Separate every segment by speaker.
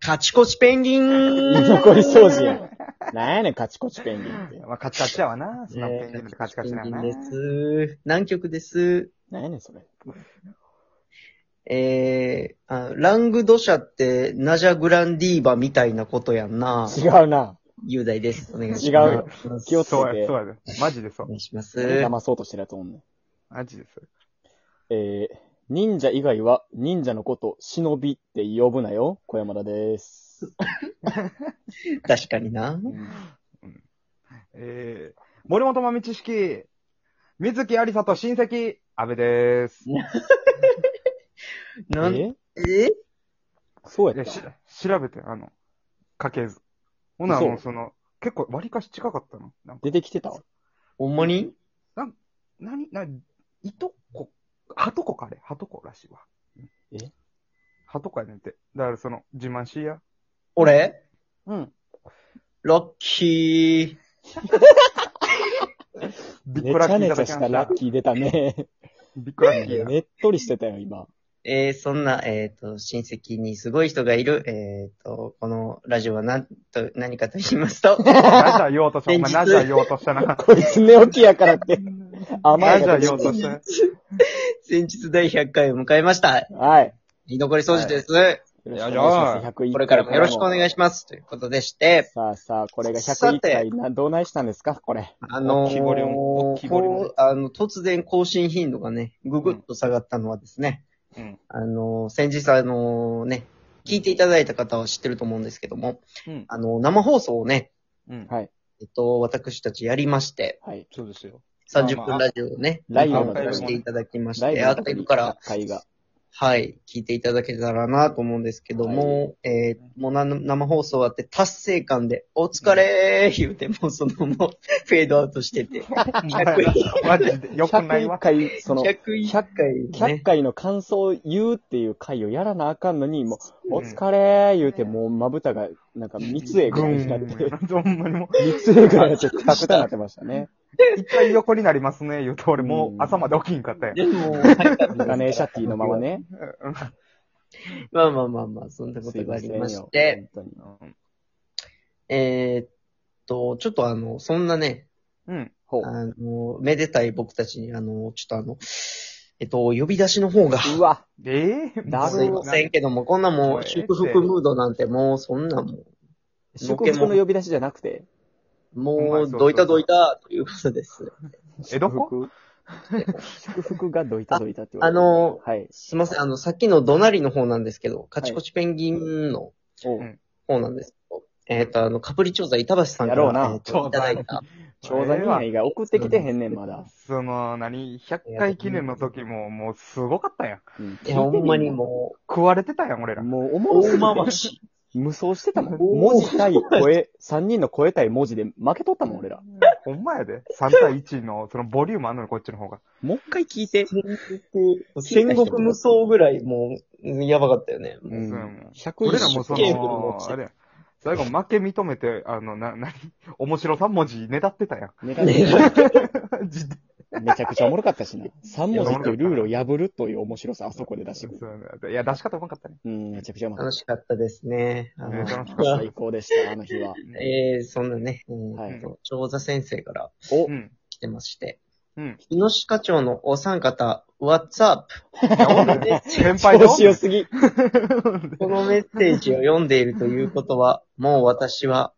Speaker 1: 勝ち越しペンギン
Speaker 2: 居残り掃除やん。なんやねん、勝ち越しペンギンって。
Speaker 3: まあ、カチカチだわな。スナップペンギンのカチカチだ
Speaker 1: ペ
Speaker 3: よな。
Speaker 1: ンギンです。南極です。
Speaker 2: なんやねん、それ。
Speaker 1: えー、あラングド社ってナジャグランディーバみたいなことやんな。
Speaker 2: 違うな。
Speaker 1: 雄大です。お願い
Speaker 2: 違
Speaker 1: し
Speaker 2: う
Speaker 1: ます。
Speaker 2: よ。気をつけ
Speaker 3: そうや、
Speaker 2: て
Speaker 3: そ、うやで。マジでそ
Speaker 1: お
Speaker 3: う。
Speaker 1: 願いします。
Speaker 2: 騙そうとしてるやつおんねん。
Speaker 3: マジでそう。
Speaker 2: えー、忍者以外は忍者のこと、忍びって呼ぶなよ。小山田です。
Speaker 1: 確かにな。
Speaker 3: えー、森本豆知識、水木有沙と親戚、安部です。
Speaker 1: なんえ
Speaker 2: え
Speaker 1: ー
Speaker 2: そうや
Speaker 3: で、
Speaker 2: った
Speaker 3: し、調べて、あの、家系図。ほな、
Speaker 2: 嘘
Speaker 3: もうその、結構割かし近かったの。なんか、
Speaker 2: 出てきてた
Speaker 1: ほんまに
Speaker 3: 何、な、いとこ、はとこかあれ、はとこらしいわ。
Speaker 2: え
Speaker 3: はとこやねんて。だからその、自慢しいや。
Speaker 1: 俺
Speaker 3: うん。
Speaker 1: ラッキー。
Speaker 3: ビ
Speaker 2: め
Speaker 3: ッ
Speaker 2: ち
Speaker 3: グラッキ
Speaker 2: ゃ
Speaker 3: ー
Speaker 2: め
Speaker 3: いた
Speaker 2: ちゃ
Speaker 3: だ
Speaker 2: し
Speaker 3: き
Speaker 2: た
Speaker 3: ま
Speaker 2: ラッ
Speaker 3: し
Speaker 2: キー出たね。
Speaker 3: た。ビッグラッキーや。
Speaker 2: ねっとりしてたよ、今。
Speaker 1: えー、そんな、えっ、と、親戚にすごい人がいる、えっ、と、このラジオはなんと、何かと言いますと、
Speaker 3: ナジャ言おうとした。お前
Speaker 1: 現実
Speaker 3: ナジャ言おうとしたな。
Speaker 2: こいつ寝起きやからって。甘
Speaker 3: ナ
Speaker 2: い
Speaker 3: ジ
Speaker 2: か
Speaker 3: ャ
Speaker 2: ら
Speaker 3: 言おうとした。
Speaker 1: 先日第100回を迎えました。
Speaker 2: はい。
Speaker 1: 居残り掃除です。
Speaker 2: よ
Speaker 3: い
Speaker 2: ろ
Speaker 3: し
Speaker 2: し
Speaker 3: く
Speaker 2: く
Speaker 3: お願い
Speaker 2: お
Speaker 3: し
Speaker 2: 願
Speaker 3: ま
Speaker 2: いしま
Speaker 3: す
Speaker 2: す。101
Speaker 1: これからもよろしくお
Speaker 2: い
Speaker 1: 願いします。ということでして、
Speaker 2: さあさあ、これが
Speaker 1: さて
Speaker 2: 101回な、どうないしたんですかこれ。
Speaker 1: あの
Speaker 3: 大きいボリューム大きいボリューム
Speaker 1: こうあの、突然更新頻度がね、ぐぐっと下がったのはですね、
Speaker 3: うん。
Speaker 1: あの、先日あのね、聞いていただいた方は知ってると思うんですけども、
Speaker 3: うん。
Speaker 1: あの、生放送をね、
Speaker 3: うん。
Speaker 2: はい。
Speaker 1: えっと、私たちやりまして、
Speaker 2: はい。
Speaker 3: そうですよ。
Speaker 1: 30
Speaker 3: まあま
Speaker 1: 分
Speaker 3: あ
Speaker 1: ラジオをね、
Speaker 2: ライブ
Speaker 1: ア
Speaker 2: の
Speaker 1: ーカイブしていただきまし
Speaker 2: ライ
Speaker 1: て、アーカイブから、
Speaker 2: 会が。
Speaker 1: はい、聞いていただけたらなと思うんですけども、えーもうな生放送終わって達成感で、お疲れー言うて、もうそのもう、 フェードアウトしてて、
Speaker 3: マジで、よくない
Speaker 2: 101
Speaker 3: わ。
Speaker 2: 回、その、
Speaker 1: 101
Speaker 2: 100
Speaker 1: 回ね
Speaker 2: 100回の感想を言うっていう回をやらなあかんのに、もう、お
Speaker 3: うん
Speaker 2: 疲れー言うて、もうまぶたが、なんか、三つ絵ぐらいになって、
Speaker 3: ほんまにもう、
Speaker 2: 三つ絵ぐらいになって、くたくたになってましたね。
Speaker 3: 一回横になりますね、言うと俺も
Speaker 2: う
Speaker 3: うん朝まで起きんかったやん。
Speaker 1: でも、早かった
Speaker 2: ガネーシャッティのままね。
Speaker 1: まあまあまあまあ、そんなことがありまして、
Speaker 2: すいませんよ。
Speaker 1: えーっと、ちょっとあの、そんなね、
Speaker 3: うん。
Speaker 2: 本当に。
Speaker 1: あの、めでたい僕たちに、あの、ちょっとあの、えっと、呼び出しの方が、
Speaker 2: ほう。うわ、
Speaker 3: ええ
Speaker 2: だ
Speaker 1: すいませんけども、こんなもう、祝福ムードなんてもう、そんなも
Speaker 2: 祝福の呼び出しじゃなくて、
Speaker 1: う、
Speaker 3: お前
Speaker 1: も
Speaker 3: そう
Speaker 1: う、
Speaker 3: そう
Speaker 1: どいたどいた、ということです。
Speaker 3: えどこ
Speaker 2: 祝福祝福がどいたどいたって言わ
Speaker 1: あ
Speaker 2: れて
Speaker 1: の、
Speaker 2: はい。
Speaker 1: すいません、あの、さっきの怒鳴りの方なんですけど、カチコチペンギンの
Speaker 2: お
Speaker 3: うん
Speaker 1: 方なんですけど、えーっと、あの、カプリ調査板橋さんか
Speaker 2: やろうな
Speaker 1: ら、えーっといただいた、
Speaker 2: 調査人以外送ってきてへんねん、まだ。
Speaker 3: その、何 ?100 回記念の時も、もうすごかったやん。
Speaker 2: うん
Speaker 1: いや、ほんまにも
Speaker 3: 食われてたやん、俺
Speaker 2: う
Speaker 3: ら。
Speaker 2: もう、お
Speaker 1: う、
Speaker 2: もろすぎ
Speaker 1: 大
Speaker 2: て
Speaker 1: 回し。
Speaker 2: 無双してたもん。
Speaker 1: おー
Speaker 2: 文字対声、三人の声対文字で負けとったもん、俺ら。
Speaker 3: ほんまやで。3対1の、そのボリュームあんのにこっちの方が。
Speaker 2: もう一回聞いて。
Speaker 1: 戦国無双ぐらいもう、やばかったよね。
Speaker 2: う
Speaker 3: そうんん。
Speaker 2: 101
Speaker 3: 俺らもそ
Speaker 1: ゲームの
Speaker 3: の、あれやん最後負け認めて、あの、な、なに面白3文字ねだってたやん。
Speaker 2: め
Speaker 3: マジで
Speaker 2: ちゃくちゃおもろかったしな。三文字っていうルールを破るという面白さ、あそこで出してくる。
Speaker 3: そういや、出し方うまかったね。
Speaker 2: うん、めちゃくちゃうまかっ
Speaker 1: 楽しかったですね。あ
Speaker 3: ね
Speaker 1: の
Speaker 3: 楽しか
Speaker 2: た。最高でした、あの日は。
Speaker 1: えー、そんなね、うん
Speaker 2: はい
Speaker 1: と長座先生から
Speaker 2: お
Speaker 3: う、ん。
Speaker 1: 来てまして、
Speaker 3: うん。
Speaker 1: 日野市課長のお三方、What's up?
Speaker 3: 先輩の
Speaker 2: 調子良すぎ。
Speaker 1: このメッセージを読んでいるということ は、もう私は、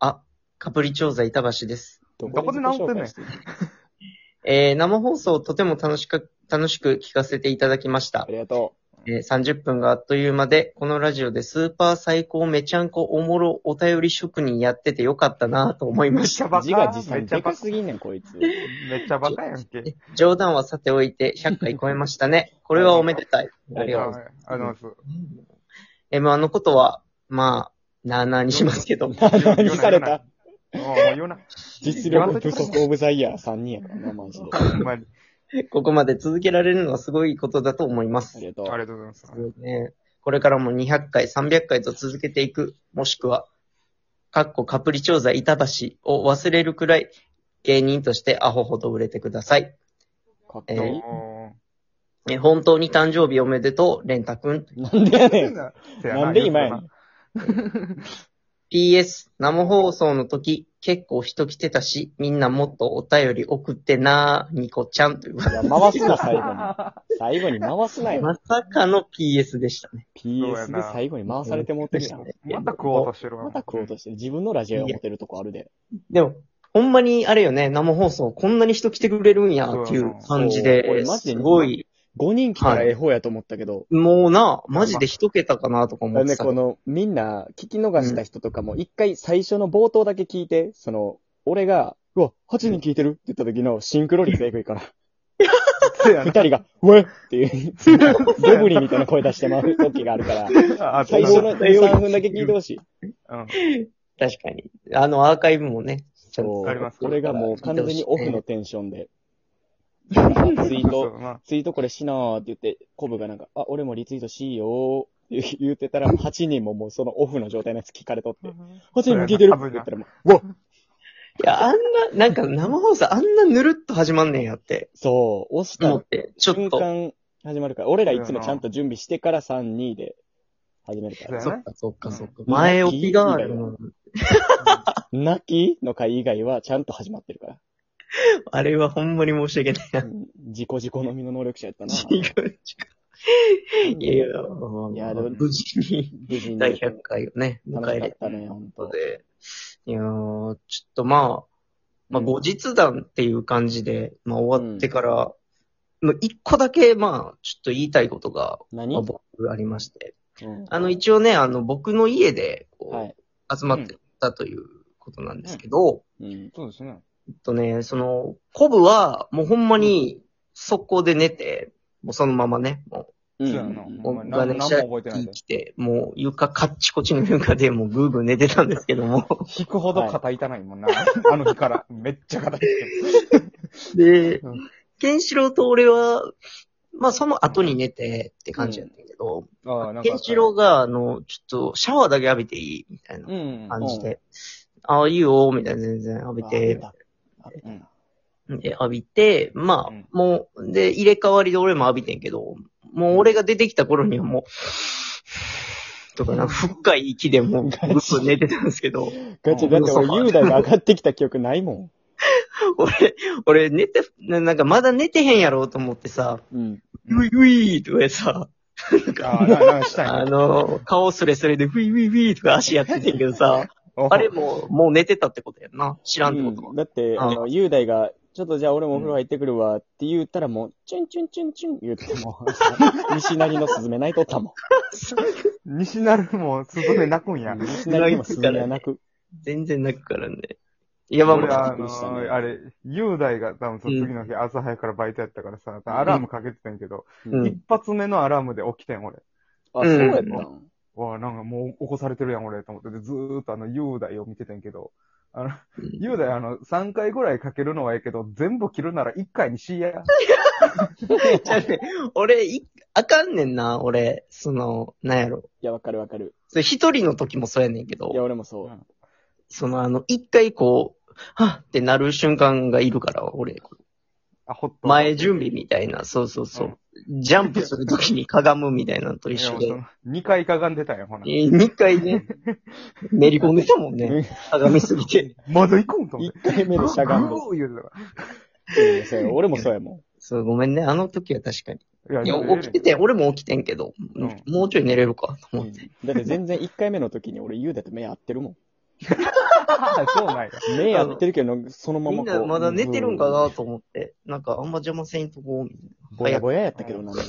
Speaker 1: あ、カプリ調査板橋です。
Speaker 2: ど
Speaker 3: こで直ってんねん
Speaker 2: 自己紹介してる
Speaker 1: えー、生放送とても楽しく、楽しく聞かせていただきました
Speaker 2: あ。りがと
Speaker 1: えー30分があっという間で、このラジオでスーパー最高めちゃんこおもろお便り職人やっててよかったなと思いま
Speaker 3: めっ
Speaker 1: し
Speaker 3: ち
Speaker 1: た。
Speaker 3: ゃ
Speaker 2: う。
Speaker 3: バカ。
Speaker 2: 字が自賛
Speaker 3: めっちゃ
Speaker 2: でか
Speaker 3: バカ。
Speaker 2: すぎんねん、こいつ。
Speaker 3: めっちゃバカやんけ。
Speaker 1: 冗談はさておいて100回超えましたね。これはおめでたい。ありがとうございます。
Speaker 3: あの、そう。
Speaker 1: えー、まあ、あのことは、まあ、なあなあにしますけど。
Speaker 2: 何され た
Speaker 3: もう言うな。
Speaker 2: 実力不足オブザイヤー3人やからな、マジで。あ
Speaker 3: ほんまに。
Speaker 1: ここまで続けられるのはすごいことだと思います。
Speaker 2: りがと
Speaker 3: あ
Speaker 2: う
Speaker 3: り。がとうございます。
Speaker 1: ね、これからも200回、300回と続けていく、もしくは、かっこカプリ調査板橋を忘れるくらい、芸人としてアホほど売れてください。
Speaker 2: かっこ
Speaker 1: え
Speaker 2: いい。
Speaker 1: えー本当に誕生日おめでとう、レンタくん。
Speaker 2: なんでやねん。なんで今やねん。
Speaker 1: PS、生放送の時、結構人来てたし、みんなもっとお便り送ってなー、ニコちゃんという。
Speaker 2: いや、回すな、最後に。最後に回すなよ。
Speaker 1: まさかの PS でしたね。
Speaker 2: PS で最後に回されて持ってるやん。
Speaker 3: また食おうとしてるわ。
Speaker 2: また食おうとしてる、自分のラジオを持てるとこあるで。
Speaker 1: でも、ほんまにあれよね、生放送、こんなに人来てくれるんやっていう感じで
Speaker 2: そうそう俺、マジです
Speaker 1: ごい、
Speaker 2: 5人来たらええ方やと思ったけど、
Speaker 1: もうな、マジで一桁かなとか思
Speaker 2: だ
Speaker 1: っ
Speaker 2: ね、
Speaker 1: てた。
Speaker 2: この、みんな、聞き逃した人とかも、一回最初の冒頭だけ聞いて、その、俺が、うわ、8人聞いてるって言った時のシンクロ率がエグい から、
Speaker 3: そうや
Speaker 2: 二
Speaker 3: な
Speaker 2: 人が、うえって いう、デ ブリみたいな声出して回る時 があるから、
Speaker 3: あ
Speaker 2: 最初の2、3分だけ聞いてほしい。
Speaker 3: うん。
Speaker 1: 確かに。あのアーカイブもね、ちゃん
Speaker 2: そ
Speaker 1: と
Speaker 3: わかりま
Speaker 2: う
Speaker 3: す。
Speaker 2: これがもう完全にオフのテンション で、ツイー
Speaker 3: そ
Speaker 2: ト、
Speaker 3: うな
Speaker 2: ツイートこれしなーって言って、コブがなんか、あ、俺もリツイートしよーって 言ってたら、8人ももうそのオフの状態のやつ聞かれとって、8人も聞いてるって言ったらもう、うわ
Speaker 1: いや、あんな、なんか生放送あんなぬるっと始まんねんやって
Speaker 2: そう、押し
Speaker 1: 思ったて、ちょっ
Speaker 2: 瞬
Speaker 1: と。
Speaker 2: 間始まるから、俺らいつもちゃんと準備してから3、2で始めるから。
Speaker 1: そ
Speaker 3: そうや
Speaker 1: っ
Speaker 3: ね
Speaker 1: かそっかそっか
Speaker 2: う。ん
Speaker 1: 前置きがある
Speaker 2: いい
Speaker 1: の。
Speaker 2: 泣きの回以外はちゃんと始まってるから。
Speaker 1: あれはほんまに申し訳ないな。
Speaker 2: うん自己自己のみの能力者やったな。
Speaker 1: 違う違う。いやいや、
Speaker 2: いやでも
Speaker 1: 無事に
Speaker 2: 無事に。
Speaker 1: 第100回をね、迎
Speaker 2: 楽
Speaker 1: え
Speaker 2: しか
Speaker 1: れ
Speaker 2: ったね、ほんと
Speaker 1: の。で、いやー、ちょっとまあ、まあ、後日談っていう感じで、まあ、終わってから、まあ、一個だけ、まあ、ちょっと言いたいことが、
Speaker 2: 何
Speaker 1: まあ、僕ありまして。
Speaker 2: うん
Speaker 1: あの、一応ね、あの、僕の家で、
Speaker 2: は
Speaker 1: こ
Speaker 2: い。
Speaker 1: う、集まってたということなんですけど、
Speaker 2: うん。
Speaker 3: そうですね。
Speaker 1: えっとね、その、コブは、もうほんまに、速攻で寝て、もうそのままね、もう、
Speaker 2: う
Speaker 3: そうやな。
Speaker 2: ん。
Speaker 3: お
Speaker 1: 僕
Speaker 3: 前
Speaker 1: が
Speaker 3: 何
Speaker 1: ね、
Speaker 3: も
Speaker 1: シャ
Speaker 3: 覚えてない
Speaker 1: ッ
Speaker 3: で
Speaker 1: キ。来て、もう床カッチコチの床でもうグーグー寝てたんですけども。
Speaker 3: 引くほど肩痛な いもんな。あの日から。めっちゃ肩痛い。
Speaker 1: で
Speaker 3: うん、
Speaker 1: ケンシロウと俺は、まあその後に寝てって感じやったんやけど、
Speaker 3: ああ、なんか。
Speaker 1: ケンシロウが、あの、ちょっとシャワーだけ浴びていいみたいな
Speaker 3: うん。
Speaker 1: 感じで、ああ、いいよ、みたいな全然浴びて、
Speaker 2: あ。出た
Speaker 3: うん
Speaker 1: で、浴びて、まあ、
Speaker 3: うん
Speaker 1: もう、で、入れ替わりで俺も浴びてんけど、もう俺が出てきた頃にはもう、とかな、深い息でもう、ぐっと寝てたんですけど、
Speaker 2: ガチ、だって俺、雄大が上がってきた記憶ないも
Speaker 1: 俺、俺寝て、ななんかまだ寝てへんやろうと思ってさ、
Speaker 2: ん。うん。
Speaker 3: う
Speaker 1: ウ
Speaker 3: ん
Speaker 1: ィウィーとかさ、
Speaker 3: ああ、ななんかしたい
Speaker 1: あ
Speaker 3: ね。
Speaker 1: の、顔すれすれでウィウィウィーとか足やっててんけどさ、あれもう、もう寝てたってことやんな。知らんってことは。
Speaker 2: だって、あの、雄大が、ちょっとじゃあ俺もお風呂入ってくるわって言ったらもう、チュンチュンチュンチュン言っても、 西成のスズメ泣いとったも
Speaker 3: 西成もすずめ泣くんや
Speaker 2: ん。。西成にもスズメは泣く。
Speaker 1: 全然泣くからね。いや、まあ
Speaker 3: 俺、
Speaker 1: まあ、
Speaker 3: あのー、あれ、雄大が多分その次の日朝早くからバイトやったからさ、アラームかけてたんやけど、
Speaker 1: うん
Speaker 3: 一発目のアラームで起きてん、俺。
Speaker 2: あ、そうやったん。
Speaker 3: わあ、なんかもう起こされてるやん、俺、と思って。で、ずーっとあの、雄大を見ててんけど、あの、雄大あの、3回ぐらいかけるのはええけど、全部切るなら1回にしや。
Speaker 1: じゃあね俺、い、あかんねんな、俺、その、なんやろ。
Speaker 2: いや、わかるわかる。
Speaker 1: それ一人の時もそうやねんけ
Speaker 2: いや、
Speaker 1: ど、
Speaker 2: 俺もそう。
Speaker 1: そのあの、一回こう、はっってなる瞬間がいるから、俺、
Speaker 3: あ、ほっと。
Speaker 1: 前準備みたいな、そうそうそう。ジャンプするときにかがむみたいなのと
Speaker 3: い
Speaker 1: 一緒
Speaker 3: やもう
Speaker 1: で
Speaker 3: そ。の2回かがんでたんや、ほな
Speaker 1: え。ー二回ね、練り込んでたもんね。かがみすぎて。
Speaker 3: まだ行くんと思っ
Speaker 2: 一
Speaker 3: て。
Speaker 2: 回目でしゃがんで
Speaker 3: うー言うてたか
Speaker 2: うんそうや俺もそうやもん。
Speaker 1: そう、ごめんね。あの時は確かに。
Speaker 3: ら。
Speaker 1: いや、起きてて、俺も起きてんけど、
Speaker 3: うん
Speaker 1: もうちょい寝れるかと思って。
Speaker 2: だって全然1回目の時に俺、雄大と目合ってるもん。
Speaker 3: た。そうなんや。
Speaker 2: 目合ってるけど、そのまま
Speaker 1: み
Speaker 2: こ
Speaker 1: ん
Speaker 2: う。
Speaker 1: なまだ寝てるんかなと思って、なんかあんま邪魔せんとこう、みたいな。
Speaker 2: ぼやぼややったけどな、でも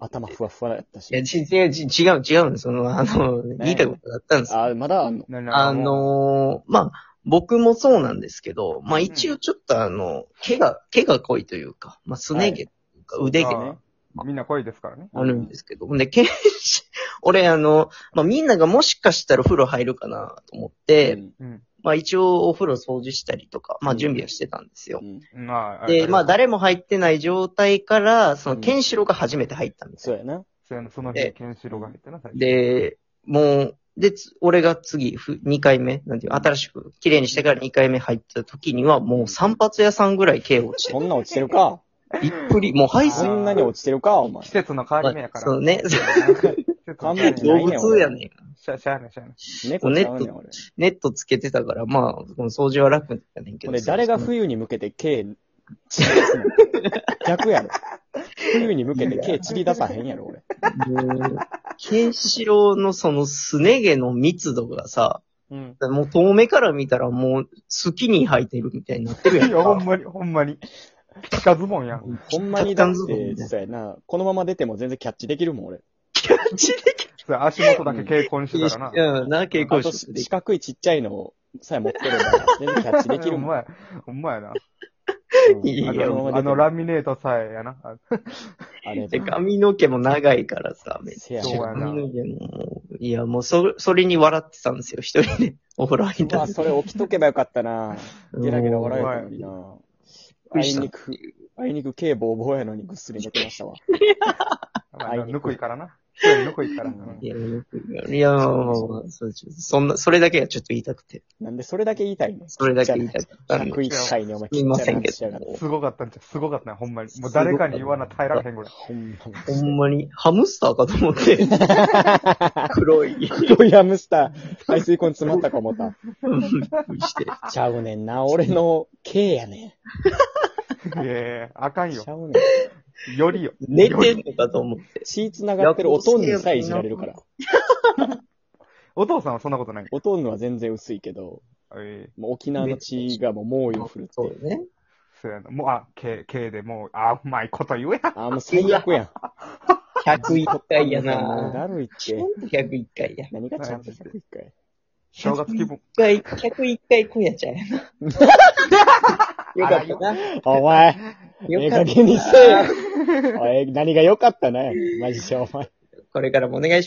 Speaker 2: 頭ふわふわやったし
Speaker 1: い。や、ち、違う、ち違う、違うんです。その、あの、
Speaker 2: ね
Speaker 1: 言いたいことがあったんです。
Speaker 2: あ、まだあんの
Speaker 3: な
Speaker 1: あ、のーまあ、僕もそうなんですけど、まあ
Speaker 3: ん
Speaker 1: 一応ちょっとあの、毛が、毛が濃いというか、まあすね毛というか、腕毛
Speaker 3: あ
Speaker 1: が
Speaker 3: ーみんな恋ですからね。
Speaker 1: あるんですけど、で、毛、 俺あの、まあみんながもしかしたら風呂入るかなと思って、
Speaker 2: うん
Speaker 3: うん。
Speaker 1: まあ一応お風呂掃除したりとか、まあ準備はしてたんですよ。
Speaker 2: うん
Speaker 3: まあ、
Speaker 1: で、まあ
Speaker 3: だ、
Speaker 1: 誰も入ってない状態から、その、
Speaker 2: うん
Speaker 1: ケンシロウが初めて入ったんですよ
Speaker 2: そうやな。
Speaker 3: そやなその
Speaker 1: で
Speaker 3: 日、ケンシロウが入ってな、最初。
Speaker 1: で、もう、で、つ俺が次、ふ二回目、なんていう、新しく、綺麗にしてから二回目入った時には、もう散髪屋さんぐらい毛落ちて
Speaker 2: そ、んな落ちてるか。
Speaker 1: びっくり、もう排
Speaker 3: あー
Speaker 1: 水
Speaker 2: そんなに落ちてるか、お前
Speaker 3: 季。節の変わり目やから。
Speaker 1: そうね
Speaker 3: 季節の変わり目
Speaker 1: 動
Speaker 2: ないね
Speaker 1: 物やねん。
Speaker 3: しゃ、しゃあない、しゃあない。
Speaker 2: 猫ちゃうねん、俺。
Speaker 1: ネットつけてたから、まあ、この掃除は楽だねんけど。
Speaker 2: 俺、誰が
Speaker 1: ふ
Speaker 2: 冬に向けて毛、ちり出すの逆やろ。冬に向けて毛ちり出さへんやろ、俺。
Speaker 1: ケンシロウのそのすね毛の密度がさ、
Speaker 2: うん。
Speaker 1: もう遠目から見たらもう、スキニー履いてるみたいになってるやん
Speaker 3: いや、ほんまに、ほんまに。ピカズボンやん。
Speaker 2: ほんまにだっ
Speaker 1: ピカピカのズボンみ
Speaker 2: て、
Speaker 1: たいな
Speaker 2: そうやな。このまま出ても全然キャッチできるもん、俺。
Speaker 3: それ足元だけ蛍光にしてたらな。
Speaker 1: うん、な、
Speaker 2: あ
Speaker 1: 結婚
Speaker 2: と、
Speaker 1: 式で
Speaker 2: 四。角いちっちゃいのさえ持ってれば、全然キャッチできる
Speaker 3: ほん
Speaker 2: もん。
Speaker 3: まや。ほんまやな。
Speaker 2: うん
Speaker 1: いいよ
Speaker 3: あ
Speaker 2: このまま出
Speaker 3: の、
Speaker 2: て
Speaker 3: あの
Speaker 2: も
Speaker 3: ラミネートさえやな。あ
Speaker 2: あれ
Speaker 1: で、髪の毛も長いからさ、めっ
Speaker 2: せ
Speaker 1: ち
Speaker 2: や
Speaker 1: ゃ
Speaker 2: な
Speaker 1: 髪の毛も、いや、もうそ、それに笑ってたんですよ、一人で。 お風呂入っ
Speaker 2: う
Speaker 1: た
Speaker 2: わ、
Speaker 1: 時
Speaker 2: それ起きとけばよかったな。ゲラゲラ笑え
Speaker 1: もう
Speaker 2: たのに
Speaker 1: び
Speaker 2: な。あ
Speaker 1: っくり
Speaker 2: い
Speaker 1: した
Speaker 2: にく、あいにく毛ボーボーやのにぐっすり寝てましたわ。
Speaker 3: まあ
Speaker 2: あいにくい
Speaker 3: ぬくいからな。そうぬくいから。
Speaker 2: うん
Speaker 1: いや、よくいや、まあまあまあそうですそんな、それだけはちょっと言いたくて。
Speaker 2: なんでそれだけ言いたいねん。
Speaker 1: それだけ言いたかったんで。
Speaker 2: 101回にお前
Speaker 1: す
Speaker 2: ち
Speaker 1: い
Speaker 2: っ
Speaker 1: ま
Speaker 2: ちゃ
Speaker 1: せ
Speaker 2: い
Speaker 1: んけ
Speaker 2: 話やがって。
Speaker 1: ど。
Speaker 3: すごかったんじゃ、すごかったね、ほんまに。もう誰かに言わな耐えられへんぐらい。
Speaker 2: ほんまに。
Speaker 1: ほんまに、ハムスターかと思って。黒い。
Speaker 2: 黒いハムスター、排水口に詰まったか思った。
Speaker 1: うんびっくりして。
Speaker 2: ちゃうねんな、俺の毛やね
Speaker 3: い やいやあかん
Speaker 2: ん。ち
Speaker 3: よ。
Speaker 2: ゃうねん。
Speaker 3: よりよ。
Speaker 1: 寝てんのかと思って。
Speaker 2: 血繋がってるおとんにさえいじられるから。
Speaker 3: お父さんはそんなことない。
Speaker 2: おとんのは全然薄いけど、
Speaker 3: ええ
Speaker 2: もう沖縄の血がもう猛威を振るって
Speaker 1: そ
Speaker 2: いう
Speaker 1: うね。
Speaker 3: そうやな。もう、あ、K、K でもう、あ、うまいこと言うやん。
Speaker 2: あ、もう最悪やん。
Speaker 1: 101回や
Speaker 2: もう
Speaker 1: な
Speaker 2: だるいっ
Speaker 1: ち
Speaker 2: て
Speaker 1: ゃ。んと101回や。
Speaker 2: 何がちゃんと101回。
Speaker 3: 正月気分。
Speaker 1: 101回、101回こやちゃんや な。よかったな。
Speaker 2: お前、え
Speaker 1: よ
Speaker 2: え
Speaker 1: か
Speaker 2: 加
Speaker 1: っ
Speaker 2: 減に
Speaker 1: た
Speaker 2: せえ。おい、何が良かったなや。マジでお前。
Speaker 1: これからもお願いします。